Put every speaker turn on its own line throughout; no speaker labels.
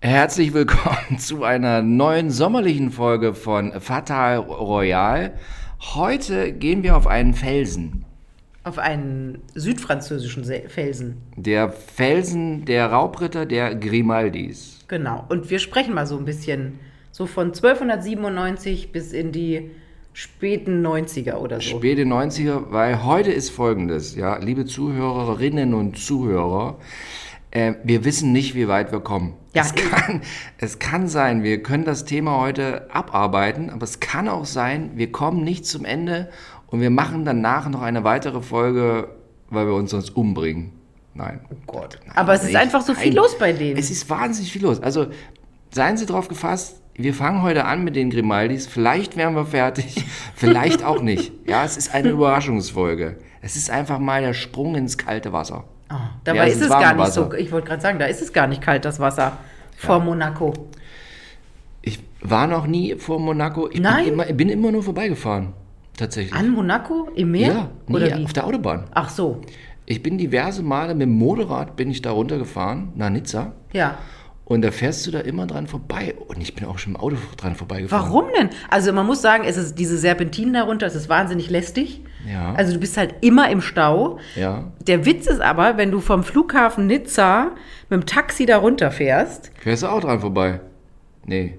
Herzlich willkommen zu einer neuen sommerlichen Folge von Fatal Royal. Heute gehen wir auf einen Felsen.
Auf einen südfranzösischen Se- Felsen.
Der Felsen der Raubritter der Grimaldis.
Genau. Und wir sprechen mal so ein bisschen so von 1297 bis in die späten 90er oder so.
Späte 90er, weil heute ist folgendes, ja, liebe Zuhörerinnen und Zuhörer, äh, wir wissen nicht, wie weit wir kommen.
Ja.
Es, kann, es kann sein, wir können das Thema heute abarbeiten, aber es kann auch sein, wir kommen nicht zum Ende und wir machen danach noch eine weitere Folge, weil wir uns sonst umbringen. Nein. Oh Gott. Nein,
Aber es ist einfach so viel los bei denen.
Es ist wahnsinnig viel los. Also seien Sie drauf gefasst, wir fangen heute an mit den Grimaldis. Vielleicht wären wir fertig, vielleicht auch nicht. Ja, es ist eine Überraschungsfolge. Es ist einfach mal der Sprung ins kalte Wasser.
Ah, dabei
Ja, es
ist
ist
es gar
warmes
nicht so.
Wasser.
Ich wollte gerade sagen, da ist es gar nicht kalt, das Wasser. Vor Monaco.
Ich war noch nie vor Monaco. Ich
Nein?
Bin, immer, bin immer nur vorbeigefahren. Tatsächlich.
An Monaco? Im Meer?
ja, nie,
oder wie?
auf der Autobahn.
Ach so.
Ich bin diverse Male mit dem Motorrad bin ich da runtergefahren, nach Nizza.
Ja.
Und da fährst du da immer dran vorbei. Und ich bin auch schon im Auto dran vorbeigefahren.
Warum denn? Also man muss sagen, es ist diese Serpentinen darunter, es ist wahnsinnig lästig.
Ja.
Also du bist halt immer im Stau.
Ja.
Der Witz ist aber, wenn du vom Flughafen Nizza mit dem Taxi da runterfährst,
Fährst du auch dran vorbei? Nee.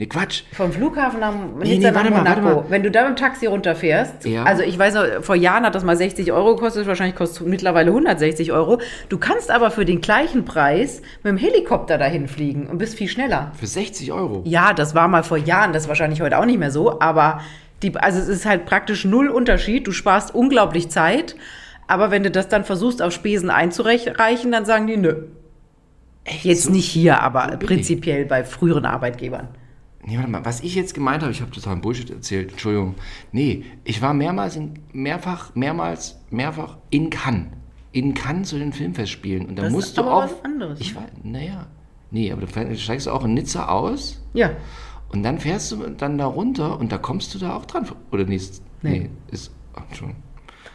Nee, Quatsch.
vom Flughafen nach
nee,
Nizza nach
warte mal,
Monaco,
warte mal.
wenn du da mit dem Taxi runterfährst,
Ja.
also ich weiß noch, vor Jahren hat das mal 60 Euro gekostet, wahrscheinlich kostet es mittlerweile 160 Euro. Du kannst aber für den gleichen Preis mit dem Helikopter dahin fliegen und bist viel schneller.
Für 60 Euro.
Ja, das war mal vor Jahren, das ist wahrscheinlich heute auch nicht mehr so, aber die, also es ist halt praktisch null Unterschied. Du sparst unglaublich Zeit, aber wenn du das dann versuchst, auf Spesen einzureichen, dann sagen die, nö. Jetzt
so-
nicht hier, aber
billig.
prinzipiell bei früheren Arbeitgebern.
Nee, warte mal, was ich jetzt gemeint habe, ich habe totalen Bullshit erzählt, Entschuldigung. Nee, ich war mehrmals, in, mehrfach, mehrmals, mehrfach in Cannes. In Cannes zu den Filmfestspielen. Und da
Das ist
musst du
aber
auch.
was anderes,
Ich
ne?
war, naja. Nee, aber du steigst du auch in Nizza aus
Ja.
und dann fährst du dann da runter und da kommst du da auch dran. Oder nicht? Nee.
Nee.
ist. Ach, Entschuldigung.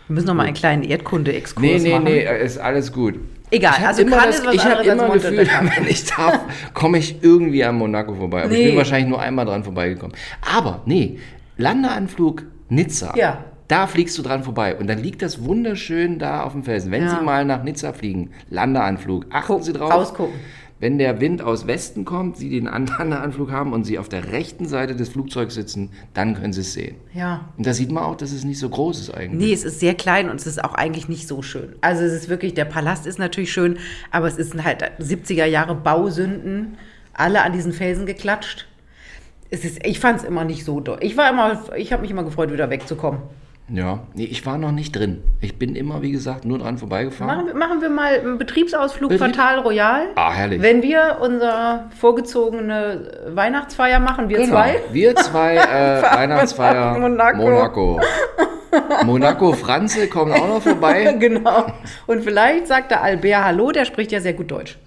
Wir müssen noch mal einen kleinen Erdkunde-Exkurs
Mhm. Nee, nee,
machen.
nee, äh, ist alles gut.
Egal,
Ich hab
also
immer
Cannes
das,
ist was
ich habe
anderes als
immer
Monte
Gefühl,
del Carlo.
wenn ich darf, komme ich irgendwie an Monaco vorbei. Aber ich
Nee.
bin wahrscheinlich nur einmal dran vorbeigekommen. Aber nee, Landeanflug Nizza.
Ja.
Da fliegst du dran vorbei und dann liegt das wunderschön da auf dem Felsen. Wenn
Ja.
Sie mal nach Nizza fliegen, Landeanflug, achten
Guck-
Sie drauf.
rausgucken.
Wenn der Wind aus Westen kommt, Sie den Landeanflug haben und Sie auf der rechten Seite des Flugzeugs sitzen, dann können Sie es sehen.
Ja.
Und da sieht man auch, dass es nicht so groß ist eigentlich.
Nee, es ist sehr klein und es ist auch eigentlich nicht so schön. Also es ist wirklich, der Palast ist natürlich schön, aber es ist halt 70er Jahre Bausünden, alle an diesen Felsen geklatscht. Es ist, ich fand es immer nicht so doll. Ich war immer, ich habe mich immer gefreut, wieder wegzukommen.
Ja, nee, ich war noch nicht drin. Ich bin immer, wie gesagt, nur dran vorbeigefahren.
Machen, wir- machen wir mal einen Betriebsausflug
Betrieb-
Fatal Royal.
Ah, herrlich.
Wenn wir unsere vorgezogene Weihnachtsfeier machen, wir
Genau.
zwei.
Wir zwei äh, Weihnachtsfeier
Monaco.
Monaco. Monaco, Franze kommen auch noch vorbei.
genau. Und vielleicht sagt der Albert Hallo, der spricht ja sehr gut Deutsch.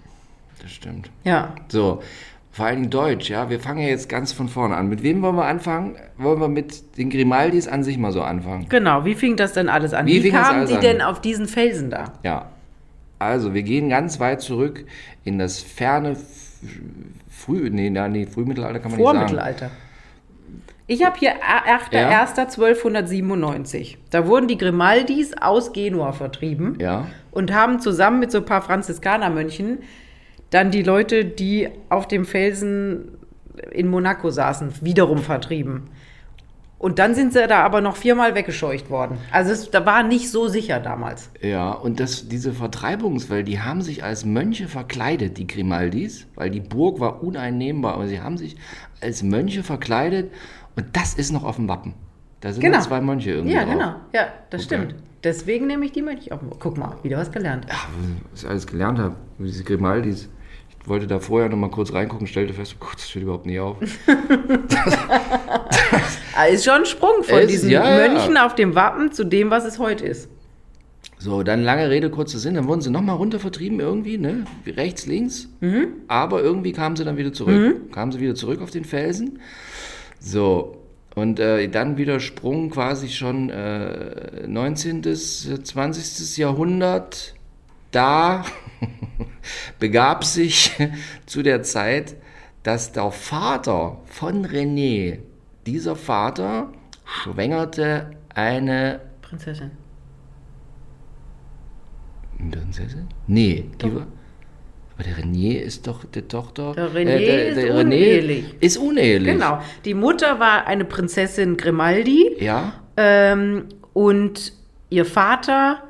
Das stimmt.
Ja.
So, vor allem Deutsch, ja. Wir fangen ja jetzt ganz von vorne an. Mit wem wollen wir anfangen? Wollen wir mit den Grimaldis an sich mal so anfangen?
Genau, wie fing das denn alles an?
Wie
Wie,
fing das
kamen
alles
die
an?
denn auf diesen Felsen da?
Ja. Also, wir gehen ganz weit zurück in das ferne F- Früh, nee, na, nee, Frühmittelalter kann man nicht sagen.
Vormittelalter. Ich habe hier
Ja.
8.1.1297. Da wurden die Grimaldis aus Genua vertrieben
Ja.
und haben zusammen mit so ein paar Franziskanermönchen dann die Leute, die auf dem Felsen in Monaco saßen, wiederum vertrieben. Und dann sind sie da aber noch viermal weggescheucht worden. Also es, da war nicht so sicher damals.
Ja, und das, diese Vertreibungswelle, die haben sich als Mönche verkleidet, die Grimaldis, weil die Burg war uneinnehmbar, aber sie haben sich als Mönche verkleidet und das ist noch auf dem Wappen. Da sind
Genau.
noch zwei Mönche irgendwie
Ja,
drauf.
genau. Ja, das
Okay.
stimmt. Deswegen nehme ich die Mönche auf. Guck mal, wieder was gelernt.
Ja, was ich alles gelernt habe, diese Grimaldis. Ich wollte da vorher noch mal kurz reingucken, stellte fest, oh Gott, das steht überhaupt nicht auf.
Ah, Ist schon ein Sprung von
Es-
diesen
ja, ja.
Mönchen auf dem Wappen zu dem, was es heute ist.
So, dann lange Rede, kurzer Sinn. Dann wurden sie nochmal runter vertrieben irgendwie, ne? Rechts, links. Aber irgendwie kamen sie dann wieder zurück. Kamen sie wieder zurück auf den Felsen. So, und äh, dann wieder Sprung quasi schon äh, 19. 20. Jahrhundert. da begab sich zu der Zeit, dass der Vater von René, dieser Vater, schwängerte eine
Prinzessin.
Prinzessin? Nee, die war, aber der René ist doch der äh, Tochter.
Der René ist unehelich.
ist unehelich.
Genau. Die Mutter war eine Prinzessin Grimaldi
Ja,
ähm, und ihr Vater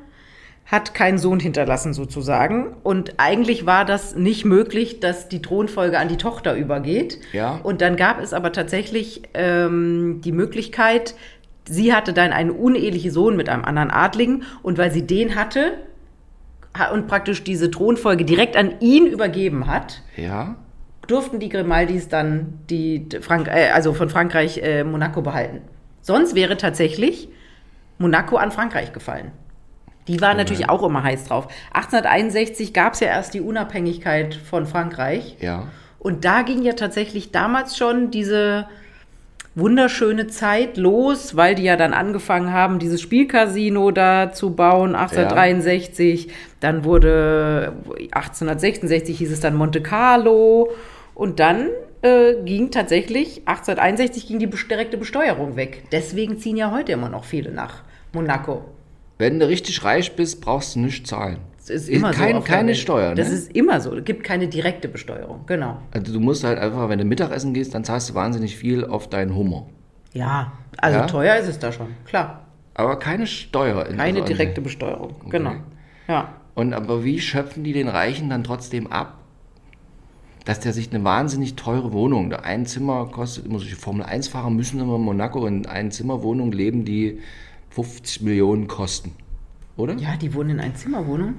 hat keinen Sohn hinterlassen sozusagen. Und eigentlich war das nicht möglich, dass die Thronfolge an die Tochter übergeht.
Ja.
Und dann gab es aber tatsächlich ähm, die Möglichkeit, sie hatte dann einen unehelichen Sohn mit einem anderen Adligen. Und weil sie den hatte ha- und praktisch diese Thronfolge direkt an ihn übergeben hat,
ja.
durften die Grimaldis dann die d- Frank äh, also von Frankreich äh, Monaco behalten. Sonst wäre tatsächlich Monaco an Frankreich gefallen. Die waren natürlich auch immer heiß drauf. 1861 gab es ja erst die Unabhängigkeit von Frankreich.
Ja.
Und da ging ja tatsächlich damals schon diese wunderschöne Zeit los, weil die ja dann angefangen haben, dieses Spielcasino da zu bauen, 1863. Dann wurde 1866 hieß es dann Monte Carlo. Und dann äh, ging tatsächlich 1861 ging die bes- direkte Besteuerung weg. Deswegen ziehen ja heute immer noch viele nach Monaco.
Wenn du richtig reich bist, brauchst du nicht zahlen.
Das ist immer
Kein,
so. auf der
keine
Welt.
Steuern.
Das
ne?
ist immer so. Es gibt keine direkte Besteuerung. Genau.
Also du musst halt einfach, wenn du Mittagessen gehst, dann zahlst du wahnsinnig viel auf deinen Hummer.
Ja, also
Ja?
teuer ist es da schon. Klar.
Aber keine Steuer. In also
Keine
an-
direkte Besteuerung, genau. Ja.
Und aber wie schöpfen die den Reichen dann trotzdem ab? Dass der sich eine wahnsinnig teure Wohnung, da ein Zimmer kostet, muss ich Formel-1-Fahrer müssen immer in Monaco in ein Zimmerwohnung leben, die 50 Millionen kosten. Oder?
ja, die wohnen in Einzimmerwohnung.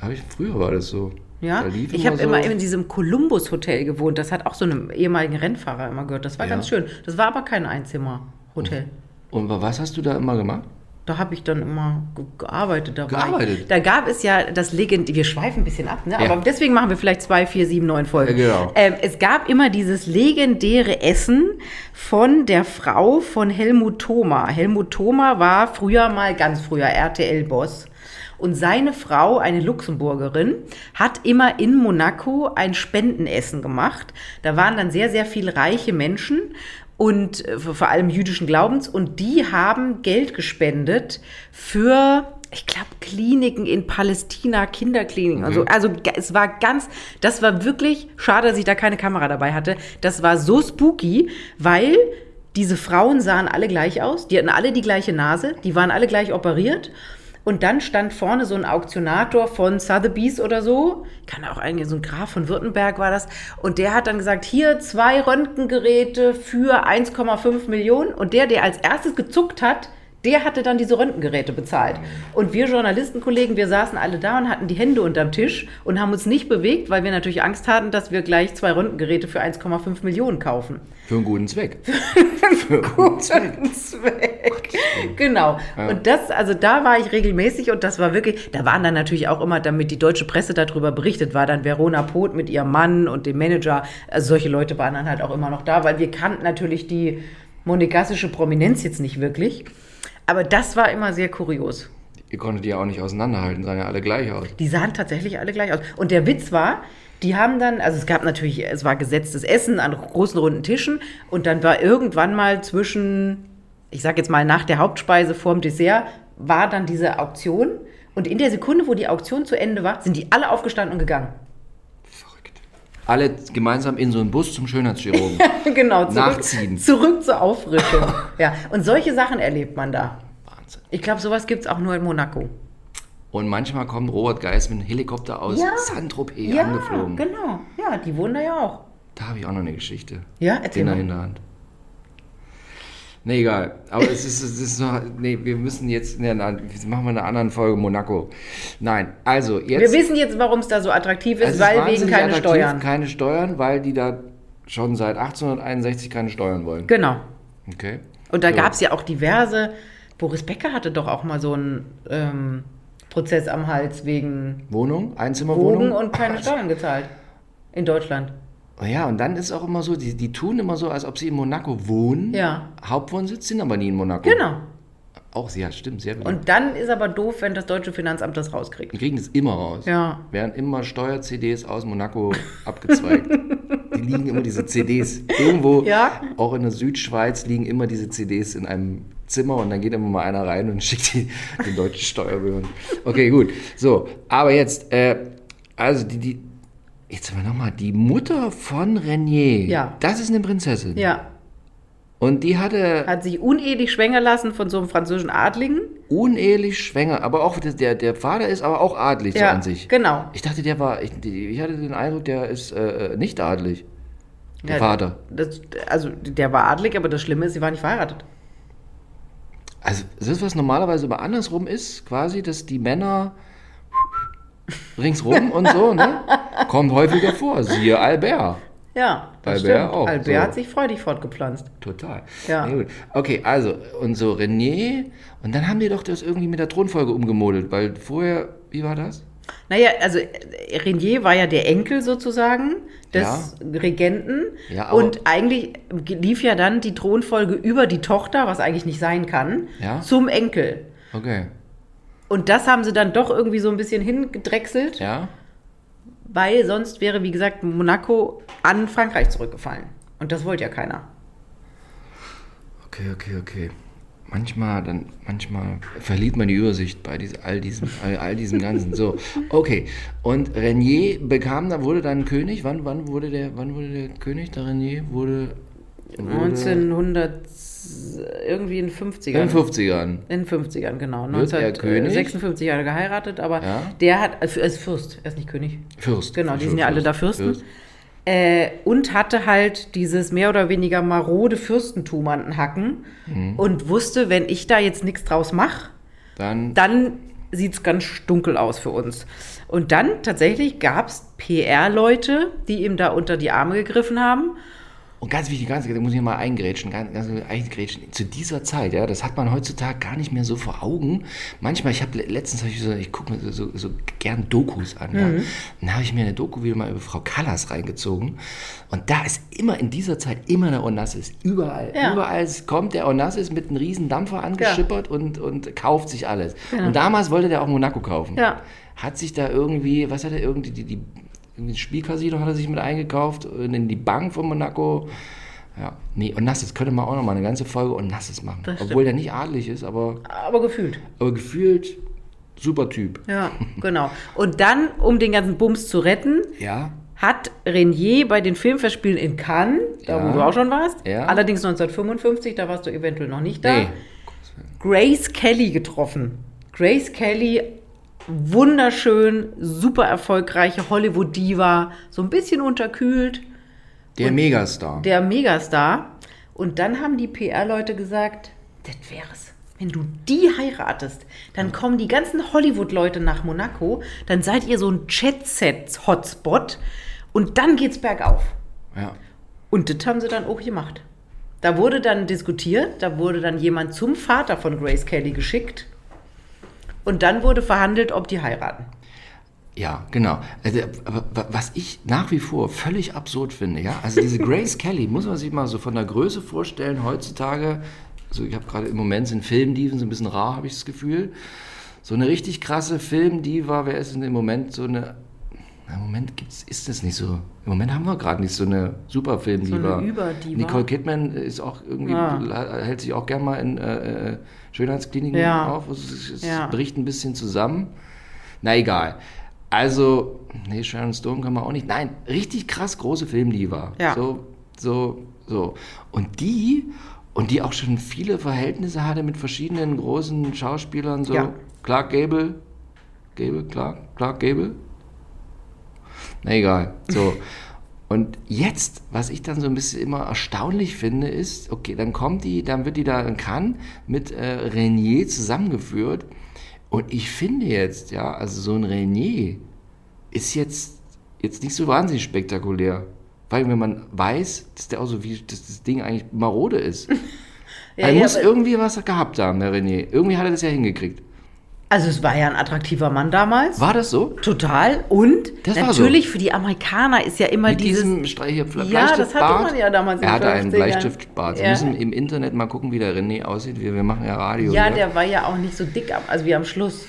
Hab ich, früher war das so.
Ja,
Da lief
ich habe
so-
immer in diesem Columbus-Hotel gewohnt. Das hat auch so einem ehemaligen Rennfahrer immer gehört. Das war
Ja.
ganz schön. Das war aber kein Einzimmerhotel.
Und wa- was hast du da immer gemacht?
Da habe ich dann immer ge- gearbeitet. Da, war Ich.
Gearbeitet?
da gab es ja das Legend, wir schweifen ein bisschen ab, ne?
Ja.
aber deswegen machen wir vielleicht zwei, vier, sieben, neun Folgen.
Ja, genau.
ähm, es gab immer dieses legendäre Essen von der Frau von Helmut Thoma. Helmut Thoma war früher mal, ganz früher RTL-Boss. Und seine Frau, eine Luxemburgerin, hat immer in Monaco ein Spendenessen gemacht. Da waren dann sehr, sehr viele reiche Menschen und äh, vor vor allem jüdischen Glaubens und die haben Geld gespendet für ich glaube Kliniken in Palästina, Kinderkliniken und so. Also ge- es war ganz das war wirklich schade, dass ich da keine Kamera dabei hatte. Das war so spooky, weil diese Frauen sahen alle gleich aus, die hatten alle die gleiche Nase, die waren alle gleich operiert. Und dann stand vorne so ein Auktionator von Sotheby's oder so, kann auch eigentlich so ein Graf von Württemberg war das, und der hat dann gesagt, hier zwei Röntgengeräte für 1,5 Millionen. Und der, der als erstes gezuckt hat, der hatte dann diese Röntgengeräte bezahlt. Und wir Journalistenkollegen, wir saßen alle da und hatten die Hände unterm Tisch und haben uns nicht bewegt, weil wir natürlich Angst hatten, dass wir gleich zwei Röntgengeräte für 1,5 Millionen kaufen.
Für einen guten Zweck.
guten Zweck. Genau. Und das, also da war ich regelmäßig und das war wirklich, da waren dann natürlich auch immer, damit die deutsche Presse darüber berichtet, war dann Verona Poth mit ihrem Mann und dem Manager. Also solche Leute waren dann halt auch immer noch da, weil wir kannten natürlich die monegassische Prominenz jetzt nicht wirklich. Aber das war immer sehr kurios.
Ihr konntet die ja auch nicht auseinanderhalten, sahen ja alle gleich aus.
Die sahen tatsächlich alle gleich aus. Und der Witz war, die haben dann, also es gab natürlich, es war gesetztes Essen an großen runden Tischen und dann war irgendwann mal zwischen, ich sag jetzt mal nach der Hauptspeise vorm Dessert, war dann diese Auktion und in der Sekunde, wo die Auktion zu Ende war, sind die alle aufgestanden und gegangen.
Verrückt. Alle gemeinsam in so einen Bus zum Schönheitschirurgen.
genau, zurück,
Nachziehen.
zurück zur Auffrischung. ja, und solche Sachen erlebt man da.
Wahnsinn.
Ich glaube, sowas gibt es auch nur in Monaco.
Und manchmal kommt Robert Geis mit einem Helikopter aus
Ja.
Saint-Tropez angeflogen.
genau. Ja, die wohnen da ja auch.
Da habe ich auch noch eine Geschichte.
Ja, erzähl
Dinner
mal.
in der Hand. Nee, egal. Aber es ist, es ist noch. Nee, wir müssen jetzt. Nee, nein, jetzt machen wir in einer anderen Folge Monaco. Nein, also
Wir
jetzt. also
wissen jetzt, warum es da so attraktiv
es
ist,
ist
weil wegen
wahnsinnig
keine
attraktiv,
Steuern.
Keine Steuern, weil die da schon seit 1861 keine Steuern wollen.
Genau.
Okay.
Und da
So.
gab es ja auch diverse. Boris Becker hatte doch auch mal so einen ähm, Prozess am Hals wegen
Wohnung, Einzimmerwohnung. Oh
Drogen und keine Steuern gezahlt. In Deutschland.
Ja, und dann ist auch immer so, die, die tun immer so, als ob sie in Monaco wohnen.
Ja.
Hauptwohnsitz sind aber nie in Monaco.
Genau.
Auch sie hat, stimmt, sie hat.
Und dann ist aber doof, wenn das deutsche Finanzamt das rauskriegt.
Wir kriegen das immer raus.
Ja.
Werden immer Steuer-CDs aus Monaco abgezweigt. die liegen immer diese CDs. Irgendwo,
Ja.
auch in der Südschweiz, liegen immer diese CDs in einem Zimmer und dann geht immer mal einer rein und schickt die den deutschen Steuerbehörden. Okay, gut. So, aber jetzt, äh, also die, die, jetzt haben wir nochmal, die Mutter von Renier.
Ja.
Das ist eine Prinzessin.
Ja.
Und die hatte
Hat sich unehelich schwänger lassen von so einem französischen Adligen.
unehelich schwanger, aber auch der- der, der Vater ist aber auch adlig so
ja,
an sich.
genau.
Ich dachte, der war. Ich, die- ich hatte den Eindruck, der ist äh, äh, nicht adelig. Der
Ja,
Vater.
Das, also, der war adlig, aber das Schlimme ist, sie war nicht verheiratet.
Also, das ist, was normalerweise immer andersrum ist, quasi, dass die Männer ringsrum und so, ne? Kommt häufiger vor. Siehe Albert.
Ja, das
Albert
stimmt.
auch,
Albert
so.
hat sich freudig fortgepflanzt.
Total.
Ja.
Na gut. Okay, also, und so René. Und dann haben die doch das irgendwie mit der Thronfolge umgemodelt, weil vorher, wie war das?
Naja, also äh, Renier war ja der Enkel sozusagen des Regenten.
Ja, aber-
und eigentlich lief ja dann die Thronfolge über die Tochter, was eigentlich nicht sein kann,
Ja.
zum Enkel.
Okay.
Und das haben sie dann doch irgendwie so ein bisschen hingedrechselt,
Ja?
weil sonst wäre, wie gesagt, Monaco an Frankreich zurückgefallen. Und das wollte ja keiner.
Okay, okay, okay. Manchmal, dann, manchmal verliert man die Übersicht bei dies, all, diesem, all, all diesem Ganzen. So, okay. Und Renier bekam, da wurde dann König. Wann, wann wurde der, wann wurde der König? Der Renier wurde, wurde
1900, irgendwie in den 50ern.
in den 50ern.
In den 50ern, genau.
Wird er
1956 hat er geheiratet, aber
Ja.
der hat, also er ist Fürst, er ist nicht König.
Fürst.
Genau, die sind
Fürst,
ja alle
Fürst,
da Fürsten.
Fürst.
Äh, und hatte halt dieses mehr oder weniger marode Fürstentum an den Hacken
Mhm.
und wusste, wenn ich da jetzt nichts draus mache,
Dann,
dann sieht es ganz dunkel aus für uns. Und dann tatsächlich gab es PR-Leute, die ihm da unter die Arme gegriffen haben.
und ganz wichtig, ganz, da muss ich mal eingrätschen, ganz, ganz eingrätschen. Zu dieser Zeit, ja, das hat man heutzutage gar nicht mehr so vor Augen. Manchmal, ich habe letztens, hab ich, so, ich gucke mir so, so, so gern Dokus an, ja.
Mhm.
Dann habe ich mir eine Doku wieder mal über Frau Callas reingezogen. Und da ist immer in dieser Zeit immer der Onassis. Überall.
Ja.
Überall kommt der Onassis mit einem riesen Dampfer angeschippert und, und kauft sich alles.
Genau.
Und damals wollte der auch Monaco kaufen.
Ja.
Hat sich da irgendwie, was hat er irgendwie, die, die, irgendwie ein Spielcasino hat er sich mit eingekauft, und in die Bank von Monaco. Ja, nee, Onassis könnte man auch nochmal eine ganze Folge Onassis machen.
Das stimmt.
Obwohl der nicht adelig ist, aber,
Aber gefühlt.
aber gefühlt super Typ.
Ja, genau. Und dann, um den ganzen Bums zu retten,
Ja.
hat Renier bei den Filmfestspielen in Cannes, da
Ja.
wo du auch schon warst,
Ja.
allerdings 1955, da warst du eventuell noch nicht da,
Nee.
Grace Kelly getroffen. Grace Kelly, wunderschön, super erfolgreiche Hollywood-Diva, so ein bisschen unterkühlt,
Der Megastar.
der Megastar. Und dann haben die PR-Leute gesagt, das wär's. Wenn du die heiratest, dann kommen die ganzen Hollywood-Leute nach Monaco, dann seid ihr so ein Jet-Set-Hotspot und dann geht's bergauf.
ja.
Und das haben sie dann auch gemacht. Da wurde dann diskutiert, da wurde dann jemand zum Vater von Grace Kelly geschickt. Und dann wurde verhandelt, ob die heiraten.
Ja, genau. Also, aber wa- was ich nach wie vor völlig absurd finde, ja, also diese Grace Kelly, muss man sich mal so von der Größe vorstellen, heutzutage, so ich habe gerade im Moment sind Filmdiven so ein bisschen rar, habe ich das Gefühl. So eine richtig krasse Filmdiva, wer ist denn im Moment so eine, na, im Moment gibt's, ist das nicht so, im Moment haben wir gerade nicht so eine super Filmdiva.
So eine Überdiva. Ah.
Nicole Kidman ist auch irgendwie,
Ja.
hält sich auch gern mal in äh, äh, Schönheitskliniken
Ja.
auf, Also, es, es
Ja.
bricht ein bisschen zusammen. Na egal. Also, nee, Sharon Stone kann man auch nicht. Nein, richtig krass große Filmdiva.
Ja.
So, so, so. Und die, und die auch schon viele Verhältnisse hatte mit verschiedenen großen Schauspielern, so
Ja.
Clark Gable, Gable, Clark, Clark Gable. Na egal. So. Und jetzt, was ich dann so ein bisschen immer erstaunlich finde, ist, okay, dann kommt die, dann wird die da in Cannes mit äh, Renier zusammengeführt. Und ich finde jetzt, ja, also so ein Renier ist jetzt, jetzt nicht so wahnsinnig spektakulär. Vor allem, wenn man weiß, dass der auch so wie dass das Ding eigentlich marode ist.
Ja,
er
ja,
muss
aber-
irgendwie was gehabt haben, der Renier. Irgendwie hat er das ja hingekriegt.
Also es war ja ein attraktiver Mann damals.
War das so?
Total. Und
Das war so.
natürlich für die Amerikaner ist ja immer
Mit
dieses.
diesem Streich hier Fle-
Ja, das hatte
Bleistiftbart.
man ja damals in
Er hatte einen
50ern.
Bleistiftbart. Wir
Ja.
müssen im Internet mal gucken, wie der René aussieht. Wir, wir machen ja Radio.
ja,
hier.
der war ja auch nicht so dick, am- also wie am Schluss.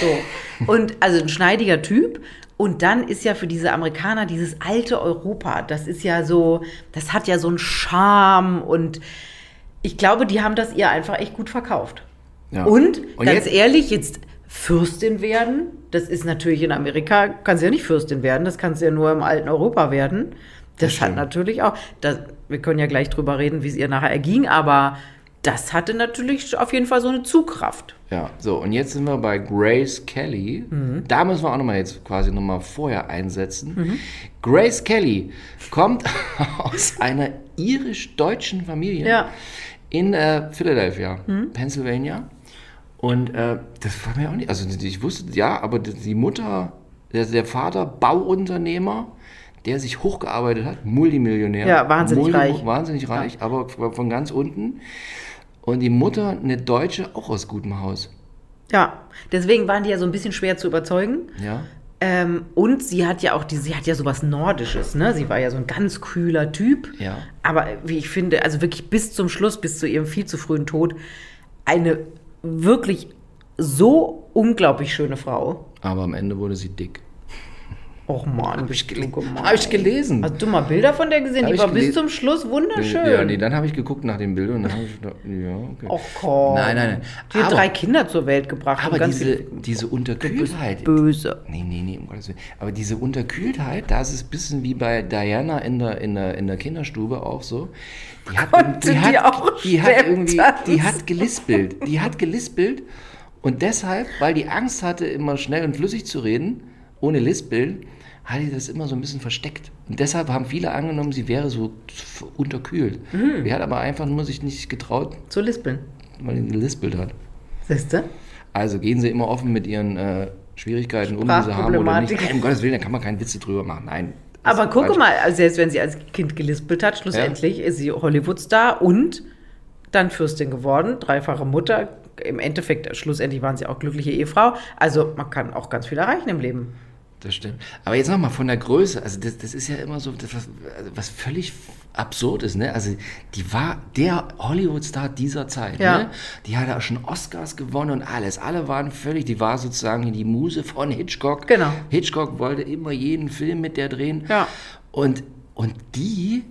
So. Und also ein schneidiger Typ. Und dann ist ja für diese Amerikaner dieses alte Europa, das ist ja so, das hat ja so einen Charme und ich glaube, die haben das ihr einfach echt gut verkauft.
Ja.
Und,
Und
ganz
jetzt-
ehrlich, jetzt Fürstin werden, das ist natürlich in Amerika, kannst du ja nicht Fürstin werden, das kannst du ja nur im alten Europa werden. Das,
Das
hat
stimmt.
natürlich auch, das, wir können ja gleich drüber reden, wie es ihr nachher erging, aber das hatte natürlich auf jeden Fall so eine Zugkraft.
Ja, so, und jetzt sind wir bei Grace Kelly.
Mhm.
Da müssen wir auch nochmal jetzt quasi nochmal vorher einsetzen. Grace Kelly kommt aus einer irisch-deutschen Familie
Ja.
in äh, Philadelphia,
Hm?
Pennsylvania. Und äh, das war mir auch nicht, also ich wusste, ja, aber die- die Mutter, der, der Vater, Bauunternehmer, der sich hochgearbeitet hat, Multimillionär.
Ja, wahnsinnig reich.
Wahnsinnig reich, aber von ganz unten. Und die Mutter, eine Deutsche, auch aus gutem Haus.
Ja, deswegen waren die ja so ein bisschen schwer zu überzeugen.
Ja.
Ähm, und sie hat ja auch die, sie hat ja sowas Nordisches, ne? Sie war ja so ein ganz kühler Typ.
Ja.
Aber wie ich finde, also wirklich bis zum Schluss, bis zu ihrem viel zu frühen Tod, eine wirklich so unglaublich schöne Frau.
Aber am Ende wurde sie dick.
Och Mann, hab ich,
Habe ich gelesen.
Hast du mal Bilder von der gesehen?
Hab
Die
ich
war bis
gelesen.
zum Schluss wunderschön.
Ja, nee, dann habe ich geguckt nach den Bildern und dann habe ich gedacht, ja, okay.
Och komm.
Nein, nein, nein.
Die hat
Aber-
drei Kinder zur Welt gebracht. und
Aber
ganz
diese, diese Unterkühltheit.
viel böse.
Nee, nee, nee, um Gottes Willen. Aber diese Unterkühltheit, da ist es ein bisschen wie bei Diana in der, in der, in der Kinderstube auch so. Die hat,
Konnte die auch
die hat irgendwie, die
Stepptanz?
hat gelispelt. Die hat gelispelt. Und deshalb, weil die Angst hatte, immer schnell und flüssig zu reden, ohne Lispeln, hat die das immer so ein bisschen versteckt. Und deshalb haben viele angenommen, sie wäre so unterkühlt.
Mhm.
Die hat aber einfach nur sich nicht getraut,
Zu lispeln.
weil sie gelispelt hat.
Siehst du?
Also gehen Sie immer offen mit Ihren äh, Schwierigkeiten um, die Sie haben oder nicht.
Sprachproblematik.
Nein, um Gottes Willen, da kann man keinen Witze drüber machen. Nein. das
Aber
ist
gucke
falsch.
mal, also selbst wenn sie als Kind gelispelt hat, schlussendlich ist sie Hollywood-Star und dann Fürstin geworden, dreifache Mutter. Im Endeffekt, schlussendlich waren sie auch glückliche Ehefrau. Also man kann auch ganz viel erreichen im Leben.
Das stimmt. Aber jetzt nochmal von der Größe. Also das, das ist ja immer so, das, was, also was völlig absurd ist. Ne? Also die war der Hollywood-Star dieser Zeit.
Ja.
Ne? Die hatte auch schon Oscars gewonnen und alles. Alle waren völlig, die war sozusagen die Muse von Hitchcock.
Genau.
Hitchcock wollte immer jeden Film mit der drehen.
Ja.
Und, und die...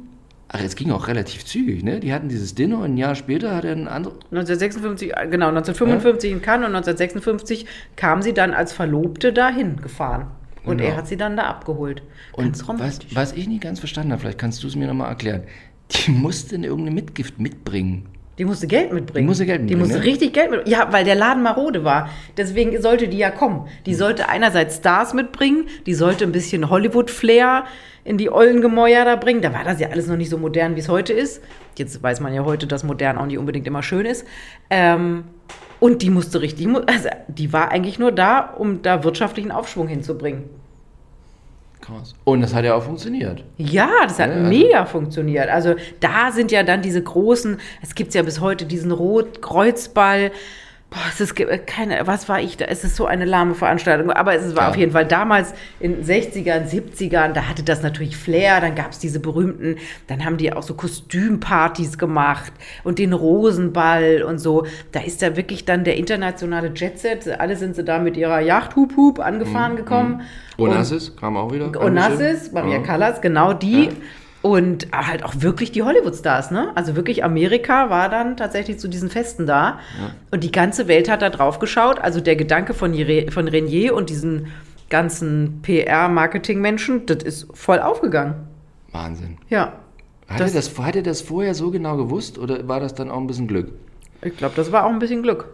Ach, es ging auch relativ zügig, ne? Die hatten dieses Dinner und ein Jahr später hat er einen anderen,
1956, äh, genau, 1955 in Cannes und 1956 kam sie dann als Verlobte dahin gefahren. Und
Genau.
er hat sie dann da abgeholt.
Und
Ganz
was,
romantisch.
was ich nicht ganz verstanden habe, vielleicht kannst du es mir nochmal erklären. Die musste irgendeine Mitgift mitbringen.
Die musste Geld mitbringen.
Die musste Geld
Die
mitbringen,
musste
ne?
richtig Geld mitbringen. Ja, weil der Laden marode war. Deswegen sollte die ja kommen. Die
Hm.
sollte einerseits Stars mitbringen, die sollte ein bisschen Hollywood-Flair in die Ollengemäuer da bringen. Da war das ja alles noch nicht so modern, wie es heute ist. Jetzt weiß man ja heute, dass modern auch nicht unbedingt immer schön ist. Ähm, und die musste richtig, die mu- also die war eigentlich nur da, um da wirtschaftlichen Aufschwung hinzubringen.
Krass. Und das hat ja auch funktioniert.
Ja, das hat
Ja, also-
mega funktioniert. Also da sind ja dann diese großen, es gibt ja bis heute diesen Rotkreuzball. Boah, es ist ge- keine, was war ich da? Es ist so eine lahme Veranstaltung. Aber es war
Ja.
auf jeden Fall damals in 60ern, 70ern, da hatte das natürlich Flair. Dann gab es diese berühmten, dann haben die auch so Kostümpartys gemacht und den Rosenball und so. Da ist da wirklich dann der internationale Jetset. Alle sind sie da mit ihrer Yacht Hup Hup angefahren
Mhm,
gekommen.
Onassis kam auch wieder.
Onassis, Maria Callas, genau die.
Ja.
Und halt auch wirklich die Hollywood-Stars, ne? Also wirklich Amerika war dann tatsächlich zu diesen Festen da. Und die ganze Welt hat da drauf geschaut. Also der Gedanke von, Jere- von Renier und diesen ganzen PR-Marketing-Menschen, das ist voll aufgegangen.
Wahnsinn.
Ja.
Hat
Das-
er, das, hat er das vorher so genau gewusst oder war das dann auch ein bisschen Glück?
Ich glaube, das war auch ein bisschen Glück.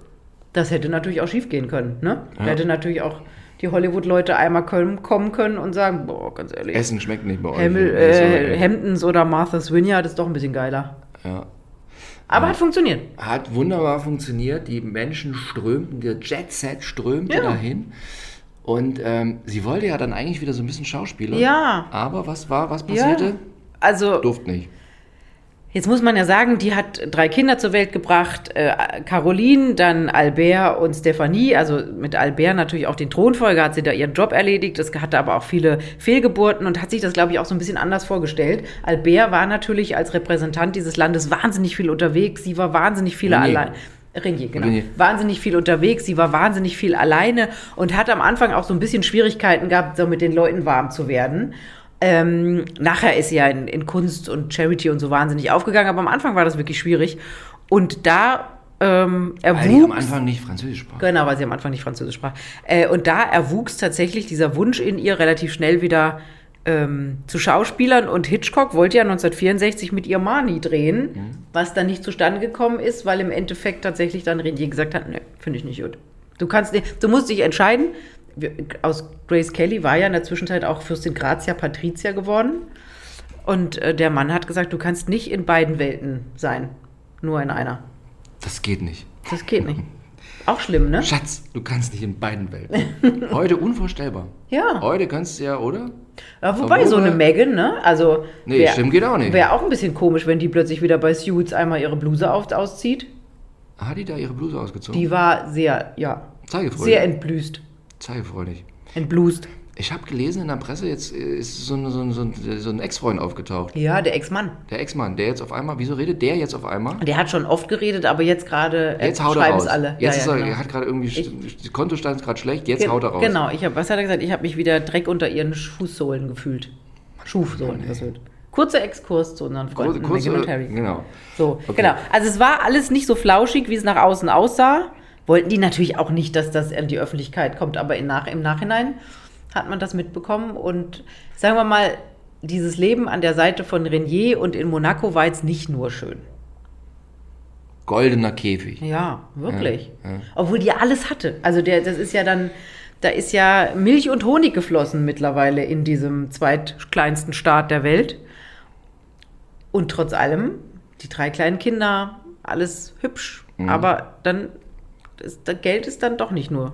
Das hätte natürlich auch schief gehen können, ne? Da
Ja.
hätte natürlich auch die Hollywood-Leute einmal können- kommen können und sagen, boah, ganz ehrlich,
Essen schmeckt nicht bei euch.
Hemmel,
Nee, sorry.
äh, Hamptons oder Martha's Vineyard ist doch ein bisschen geiler.
ja.
Aber hat funktioniert.
Hat wunderbar funktioniert. Die Menschen strömten, der Jet-Set strömte
Ja.
dahin. Und ähm, sie wollte ja dann eigentlich wieder so ein bisschen Schauspieler.
Ja.
Aber was war, was passierte?
Also,
Durft nicht.
Jetzt muss man ja sagen, die hat drei Kinder zur Welt gebracht. Äh, Caroline, dann Albert und Stephanie. Also mit Albert natürlich auch den Thronfolger, hat sie da ihren Job erledigt. Es hatte aber auch viele Fehlgeburten und hat sich das, glaube ich, auch so ein bisschen anders vorgestellt. Albert war natürlich als Repräsentant dieses Landes wahnsinnig viel unterwegs. Sie war wahnsinnig viele
Nee.
allein. Ringier, genau.
Ringier.
Wahnsinnig viel unterwegs, sie war wahnsinnig viel alleine und hat am Anfang auch so ein bisschen Schwierigkeiten gehabt, so mit den Leuten warm zu werden. Ähm, nachher ist sie ja in, in Kunst und Charity und so wahnsinnig aufgegangen, aber am Anfang war das wirklich schwierig. Und da ähm,
Weil ich am
erwuchs,
Anfang nicht Französisch sprach.
genau, weil sie am Anfang nicht Französisch sprach, äh, und da erwuchs tatsächlich dieser Wunsch in ihr relativ schnell wieder ähm, zu Schauspielern und Hitchcock wollte ja 1964 mit ihr Marnie drehen, was dann nicht zustande gekommen ist, weil im Endeffekt tatsächlich dann Renier gesagt hat, ne, finde ich nicht gut. Du kannst, nicht- du musst dich entscheiden. Wir- Aus Grace Kelly war ja in der Zwischenzeit auch Fürstin Grazia Patricia geworden. Und äh, der Mann hat gesagt, du kannst nicht in beiden Welten sein, nur in einer.
Das geht nicht.
Das geht nicht. Auch schlimm, ne?
Schatz, du kannst nicht in beiden Welten. Heute unvorstellbar.
Ja.
Heute kannst du ja, oder?
Ja, wobei, so eine
Obwohl-
Megan, ne? Also.
Nee, stimmt, geht auch nicht.
Wäre auch ein bisschen komisch, wenn die plötzlich wieder bei Suits einmal ihre Bluse auf, auszieht.
Hat die da ihre Bluse ausgezogen?
Die war sehr, ja,
Zeigefreudig.
sehr entblüßt.
Zeigefreudig.
Entblüßt.
Ich habe gelesen in der Presse, jetzt äh, ist so ein, so ein, so ein, so ein Ex-Freund aufgetaucht.
Ja, der Ex-Mann.
Der Ex-Mann, der jetzt auf einmal, wieso redet der jetzt auf einmal?
Der hat schon oft geredet, aber jetzt gerade äh,
Jetzt haut er
schreiben
raus.
es alle.
Jetzt ist er,
genau.
er hat gerade irgendwie, st- Kontostand ist gerade schlecht, jetzt haut er raus.
Genau, ich hab, was hat er gesagt? Ich habe mich wieder Dreck unter ihren Fußsohlen gefühlt.
Oh,
Schuhsohlen gefühlt. Kurzer Exkurs zu unseren
Kurz,
Freunden
kurz,
Meghan und
äh,
Harry.
genau.
So,
Okay.
genau. Also es war alles nicht so flauschig, wie es nach außen aussah. Wollten die natürlich auch nicht, dass das an die Öffentlichkeit kommt, aber in nach, im Nachhinein hat man das mitbekommen. Und sagen wir mal, dieses Leben an der Seite von Renier und in Monaco war jetzt nicht nur schön.
Goldener Käfig.
Ja, wirklich.
Ja, ja.
Obwohl die alles hatte. Also der, das ist ja dann, da ist ja Milch und Honig geflossen mittlerweile in diesem zweitkleinsten Staat der Welt. Und trotz allem, die drei kleinen Kinder, alles hübsch.
Mhm.
Aber dann, das, das Geld ist dann doch nicht nur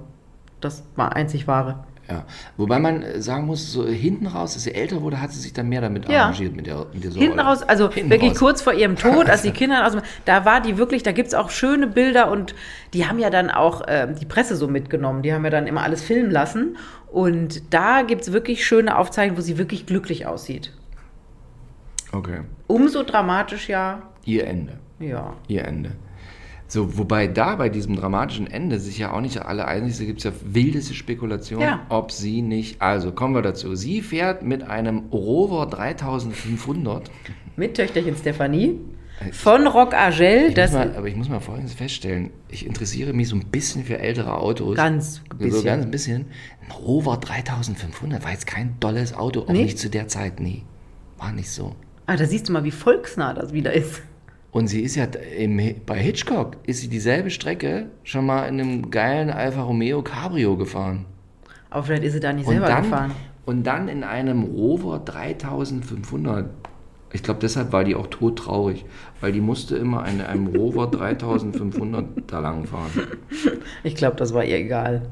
das war einzig wahre.
Ja. Wobei man äh, sagen muss, so hinten raus, als sie älter wurde, hat sie sich dann mehr damit
Ja.
arrangiert mit der, mit der Sorge.
Hinten raus, also
Hinten
wirklich
raus.
kurz vor ihrem Tod, als die Kinder aus dem, da war die wirklich, da gibt's auch schöne Bilder und die haben ja dann auch ähm, die Presse so mitgenommen, die haben ja dann immer alles filmen lassen und da gibt's wirklich schöne Aufzeichnungen, wo sie wirklich glücklich aussieht.
Okay.
Umso dramatisch ja,
Ihr Ende.
ja.
ihr Ende. So, wobei da bei diesem dramatischen Ende sich ja auch nicht alle einig sind, gibt es ja wildeste Spekulationen,
Ja.
ob sie nicht. Also kommen wir dazu. Sie fährt mit einem Rover 3500.
Mit Töchterchen Stefanie von Rock Agel,
Äh, Ich muss
das
mal, aber ich muss mal Folgendes feststellen: Ich interessiere mich so ein bisschen für ältere Autos.
Ganz
So
bisschen.
ganz ein bisschen. Ein Rover 3500 war jetzt kein dolles Auto, auch
Nee?
nicht zu der Zeit, nee. War nicht so.
ah, da siehst du mal, wie volksnah das wieder ist.
Und sie ist ja im, bei Hitchcock ist sie dieselbe Strecke schon mal in einem geilen Alfa Romeo Cabrio gefahren.
Aber vielleicht ist sie da nicht
Und
selber
dann,
gefahren.
und dann in einem Rover 3500. Ich glaube, deshalb war die auch todtraurig, weil die musste immer in einem Rover 3500 da lang fahren.
Ich glaube, das war ihr egal.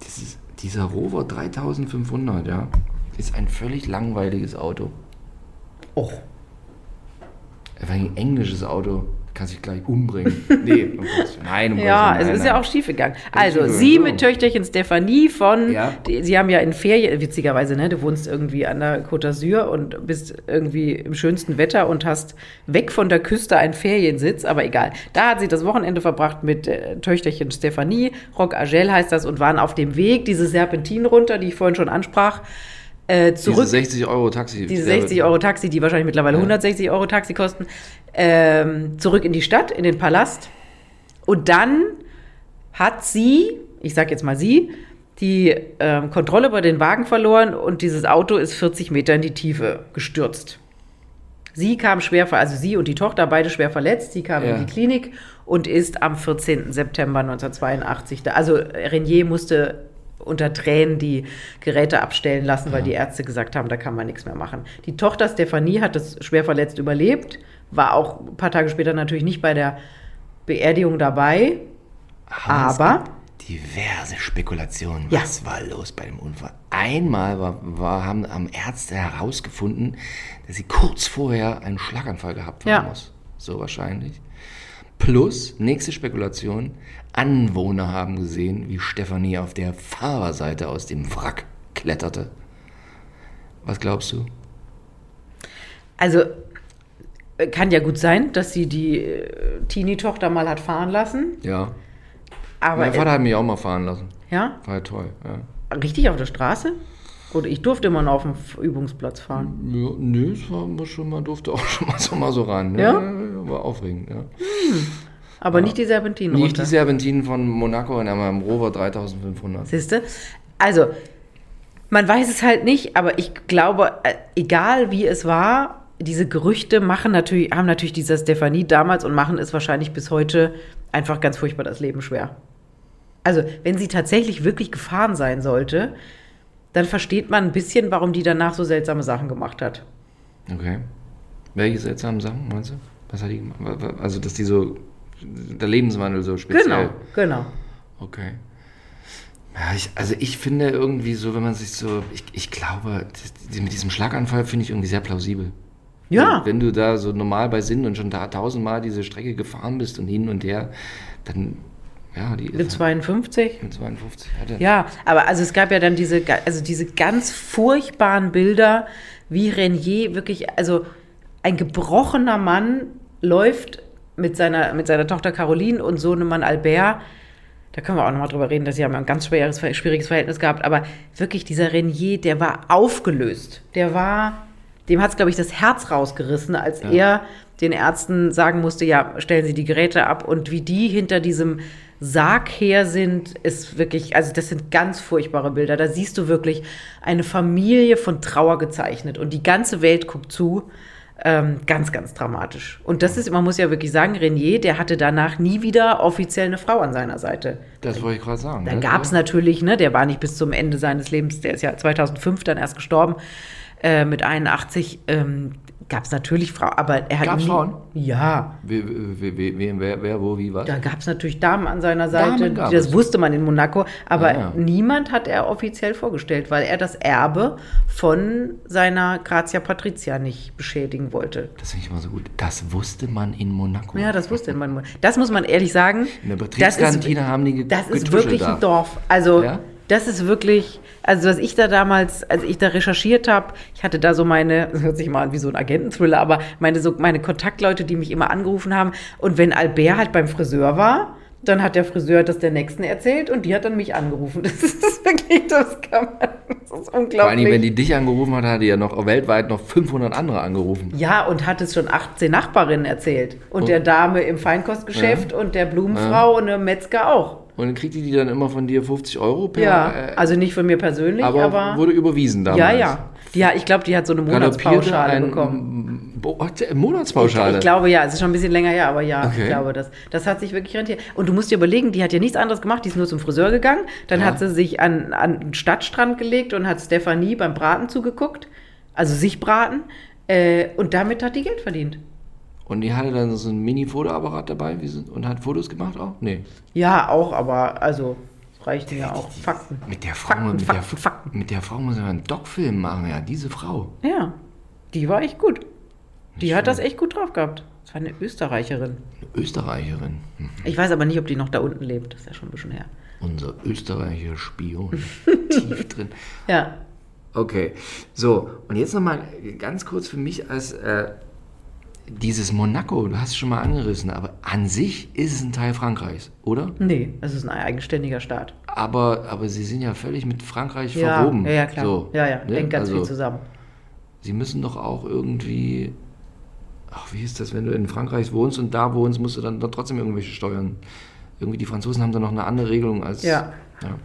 Das ist, dieser Rover 3500, ja, ist ein völlig langweiliges Auto.
Och.
Einfach ein englisches Auto. Kannst dich gleich umbringen. Nee, um Gottes- nein, um
Ja,
Gottes
es
Willen,
ist
nein, nein.
ja auch schiefgegangen. Also,
schiefgegangen,
sie
so.
mit Töchterchen Stefanie von,
Ja.
die, sie haben ja in Ferien, witzigerweise, ne, du wohnst irgendwie an der Côte d'Azur und bist irgendwie im schönsten Wetter und hast weg von der Küste einen Feriensitz, aber egal. Da hat sie das Wochenende verbracht mit äh, Töchterchen Stefanie, Rock Agel heißt das, und waren auf dem Weg, diese Serpentinen runter, die ich vorhin schon ansprach, äh, zurück.
Diese 60 Euro Taxi.
Diese 60 Euro Taxi, die wahrscheinlich mittlerweile 160 Euro Taxi kosten, ähm, zurück in die Stadt, in den Palast. Und dann hat sie, ich sag jetzt mal sie, die ähm, Kontrolle über den Wagen verloren und dieses Auto ist 40 Meter in die Tiefe gestürzt. Sie kam schwer, ver- also sie und die Tochter beide schwer verletzt. Sie kam
Ja.
in die Klinik und ist am 14. September 1982 da. Also Renier musste unter Tränen die Geräte abstellen lassen, weil die Ärzte gesagt haben, da kann man nichts mehr machen. Die Tochter Stefanie hat es schwer verletzt überlebt, war auch ein paar Tage später natürlich nicht bei der Beerdigung dabei,
es
aber
Diverse Spekulationen.
Ja.
Was war los bei dem Unfall? Einmal war, war, haben, haben Ärzte herausgefunden, dass sie kurz vorher einen Schlaganfall gehabt haben
Ja.
muss. So wahrscheinlich. Plus, nächste Spekulation, Anwohner haben gesehen, wie Stefanie auf der Fahrerseite aus dem Wrack kletterte. Was glaubst du?
Also äh, kann ja gut sein, dass sie die äh, Teenie-Tochter mal hat fahren lassen.
Ja.
Aber
mein Vater hat mich auch mal fahren lassen.
äh, ja,
War ja toll. Ja.
richtig auf der Straße? Gut, ich durfte immer noch auf dem F- Übungsplatz fahren.
Ja, nö, es war immer schon mal, durfte auch schon mal so, mal so ran. ne?
Ja?
War aufregend, ja.
Aber nicht die Serpentinen
Nicht die
runter.
Serpentinen von Monaco in einem Rover 3500.
Siehste? Also, man weiß es halt nicht, aber ich glaube, äh, egal wie es war, diese Gerüchte machen natürlich, haben natürlich dieser Stefanie damals und machen es wahrscheinlich bis heute einfach ganz furchtbar das Leben schwer. Also, wenn sie tatsächlich wirklich gefahren sein sollte, dann versteht man ein bisschen, warum die danach so seltsame Sachen gemacht hat.
Okay. Welche seltsamen Sachen, meinst du? Was hat die gemacht? Wa- wa- Also, dass die so, der Lebenswandel so speziell.
Genau, genau.
Okay. Ja, ich, also ich finde irgendwie so, wenn man sich so, ich, ich glaube, das- die- mit diesem Schlaganfall finde ich irgendwie sehr plausibel.
Ja,
Wenn du da so normal bei Sinn und schon da tausendmal diese Strecke gefahren bist und hin und her, dann, ja, die
mit 52.
Mit 52 hat er.
Ja, aber also es gab ja dann diese, ga- also diese ganz furchtbaren Bilder, wie Renier wirklich, also ein gebrochener Mann läuft mit seiner, mit seiner Tochter Caroline und Sohnemann Albert. Da können wir auch nochmal drüber reden, dass sie haben ein ganz schweres, schwieriges Verhältnis gehabt. Aber wirklich, dieser Renier, der war aufgelöst. Der war, dem hat es, glaube ich, das Herz rausgerissen, als er den Ärzten sagen musste, ja, stellen Sie die Geräte ab. Und wie die hinter diesem Sarg her sind, ist wirklich, also das sind ganz furchtbare Bilder. Da siehst du wirklich eine Familie von Trauer gezeichnet. Und die ganze Welt guckt zu. Ähm, ganz, ganz dramatisch. Und das ist, man muss ja wirklich sagen, Renier, der hatte danach nie wieder offiziell eine Frau an seiner Seite.
Das wollte ich gerade sagen.
Dann gab es natürlich, ne, der war nicht bis zum Ende seines Lebens, der ist ja 2005 dann erst gestorben, äh, mit 81, ähm, gab es natürlich Frauen, aber er hat
Gab's
nie,
Frauen?
Ja,
Wer, wer, wer, wer, wer, wer wo, wie, was?
da gab es natürlich Damen an seiner Seite,
Damen gab
die- das
es.
wusste man in Monaco, aber
Ah, ja.
niemand hat er offiziell vorgestellt, weil er das Erbe von seiner Grazia Patricia nicht beschädigen wollte.
Das finde ich immer so gut. Das wusste man in Monaco.
Ja, das wusste man. Das muss man ehrlich sagen.
In der
das ist-
Betriebskantine haben die ge
Das ist
getuschelt
wirklich
da.
ein Dorf. Also
Ja?
das ist wirklich, also was ich da damals, als ich da recherchiert habe, ich hatte da so meine, das hört sich mal an wie so ein Agententhriller, aber meine, so, meine Kontaktleute, die mich immer angerufen haben. Und wenn Albert halt beim Friseur war, dann hat der Friseur das der Nächsten erzählt und die hat dann mich angerufen. Das ist das ist wirklich, das kann man, das ist unglaublich.
Vor allem, wenn die dich angerufen hat, hat die ja noch weltweit noch 500 andere angerufen.
Ja, und hat es schon 18 Nachbarinnen erzählt. Und,
Und-
der Dame im Feinkostgeschäft und der Blumenfrau und dem Metzger auch.
Und dann kriegt die die dann immer von dir 50 Euro per.
Ja,
äh,
also nicht von mir persönlich,
aber,
aber,
wurde überwiesen damals.
ja, ja. Ja, ich glaube, die hat so eine
Galoppierte
Monatspauschale bekommen.
ein Bo- äh, Monatspauschale.
Ich glaube ja, es ist schon ein bisschen länger her, aber ja,
Okay.
ich glaube, das, das hat sich wirklich rentiert. Und du musst dir überlegen, die hat ja nichts anderes gemacht, die ist nur zum Friseur gegangen, dann
Ja.
hat sie sich an, an den Stadtstrand gelegt und hat Stefanie beim Braten zugeguckt, also sich braten, äh, und damit hat die Geld verdient.
Und die hatte dann so einen Mini-Fotoapparat dabei wie sie- und hat Fotos gemacht auch? Nee.
Ja, auch, aber also das reicht ja auch. Fakten.
Mit der Frau,
Fakten,
mit,
Fakten,
der,
Fakten.
mit der Frau muss man einen Doc-Film machen, ja, diese Frau.
Ja, die war echt gut. Die hat das echt gut drauf gehabt. Das war eine Österreicherin.
Eine Österreicherin. Hm.
Ich weiß aber nicht, ob die noch da unten lebt. Das ist ja schon ein bisschen her.
Unser österreichischer Spion. Tief drin.
Ja.
Okay, so, und jetzt nochmal ganz kurz für mich als äh, dieses Monaco, du hast es schon mal angerissen, aber an sich ist es ein Teil Frankreichs, oder?
Nee, es ist ein eigenständiger Staat.
Aber, aber sie sind ja völlig mit Frankreich
Ja,
verwoben.
ja, ja, klar.
So,
ja, ja,
ne?
hängt ganz
also,
viel zusammen.
Sie müssen doch auch irgendwie. Ach, wie ist das, wenn du in Frankreich wohnst und da wohnst, musst du dann doch trotzdem irgendwelche Steuern. Irgendwie die Franzosen haben da noch eine andere Regelung als.
Ja.
ja.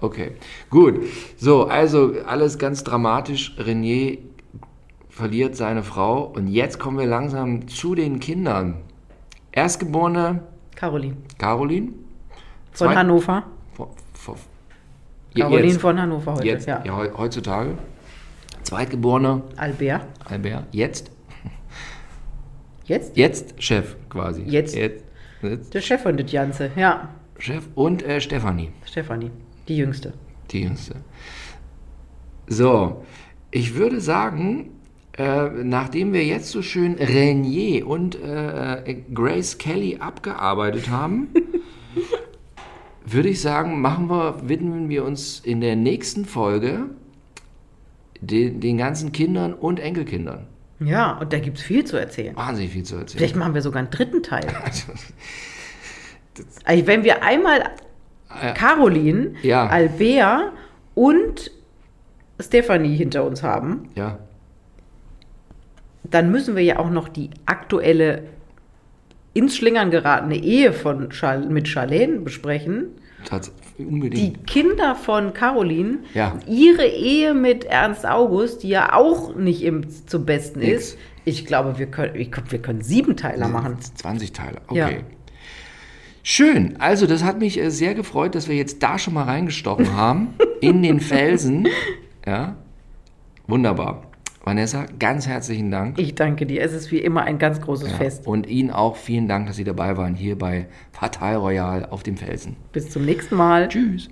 Okay, gut. So, also alles ganz dramatisch. Renier verliert seine Frau und jetzt kommen wir langsam zu den Kindern. Erstgeborene
Caroline
Caroline.
von
Zweit-
Hannover.
vor- vor- Je-
Caroline
jetzt,
von Hannover heute.
jetzt,
ja.
ja, heu- heutzutage. Zweitgeborener
Albert.
Albert. Jetzt
Jetzt?
Jetzt Chef quasi.
Jetzt.
jetzt, jetzt
Der Chef von das Ganze. Ja.
Chef und äh, Stefanie,
Stefanie, die Jüngste.
die Jüngste. So, ich würde sagen, äh, nachdem wir jetzt so schön Renier und äh, Grace Kelly abgearbeitet haben, würde ich sagen, machen wir, widmen wir uns in der nächsten Folge den, den ganzen Kindern und Enkelkindern.
Ja, und da gibt es viel zu erzählen.
Wahnsinnig viel zu erzählen.
Vielleicht machen wir sogar einen dritten Teil. Also, wenn wir einmal Caroline,
Ja.
Albea und Stephanie hinter uns haben,
Ja.
dann müssen wir ja auch noch die aktuelle ins Schlingern geratene Ehe von Char mit Charlene besprechen.
Tats
Die
unbedingt.
Kinder von Caroline,
Hm. Ja.
ihre Ehe mit Ernst August, die ja auch nicht im, zum Besten
Nix.
ist. Ich glaube, wir können, ich glaube, wir können sieben Teiler machen.
20 Teile,
Ja.
okay. Schön, also das hat mich äh, sehr gefreut, dass wir jetzt da schon mal reingestochen haben, in den Felsen. Ja, wunderbar. Vanessa, ganz herzlichen Dank.
Ich danke dir. Es ist wie immer ein ganz großes
Ja.
Fest.
Und Ihnen auch vielen Dank, dass Sie dabei waren hier bei Fatal Royal auf dem Felsen.
Bis zum nächsten Mal.
Tschüss.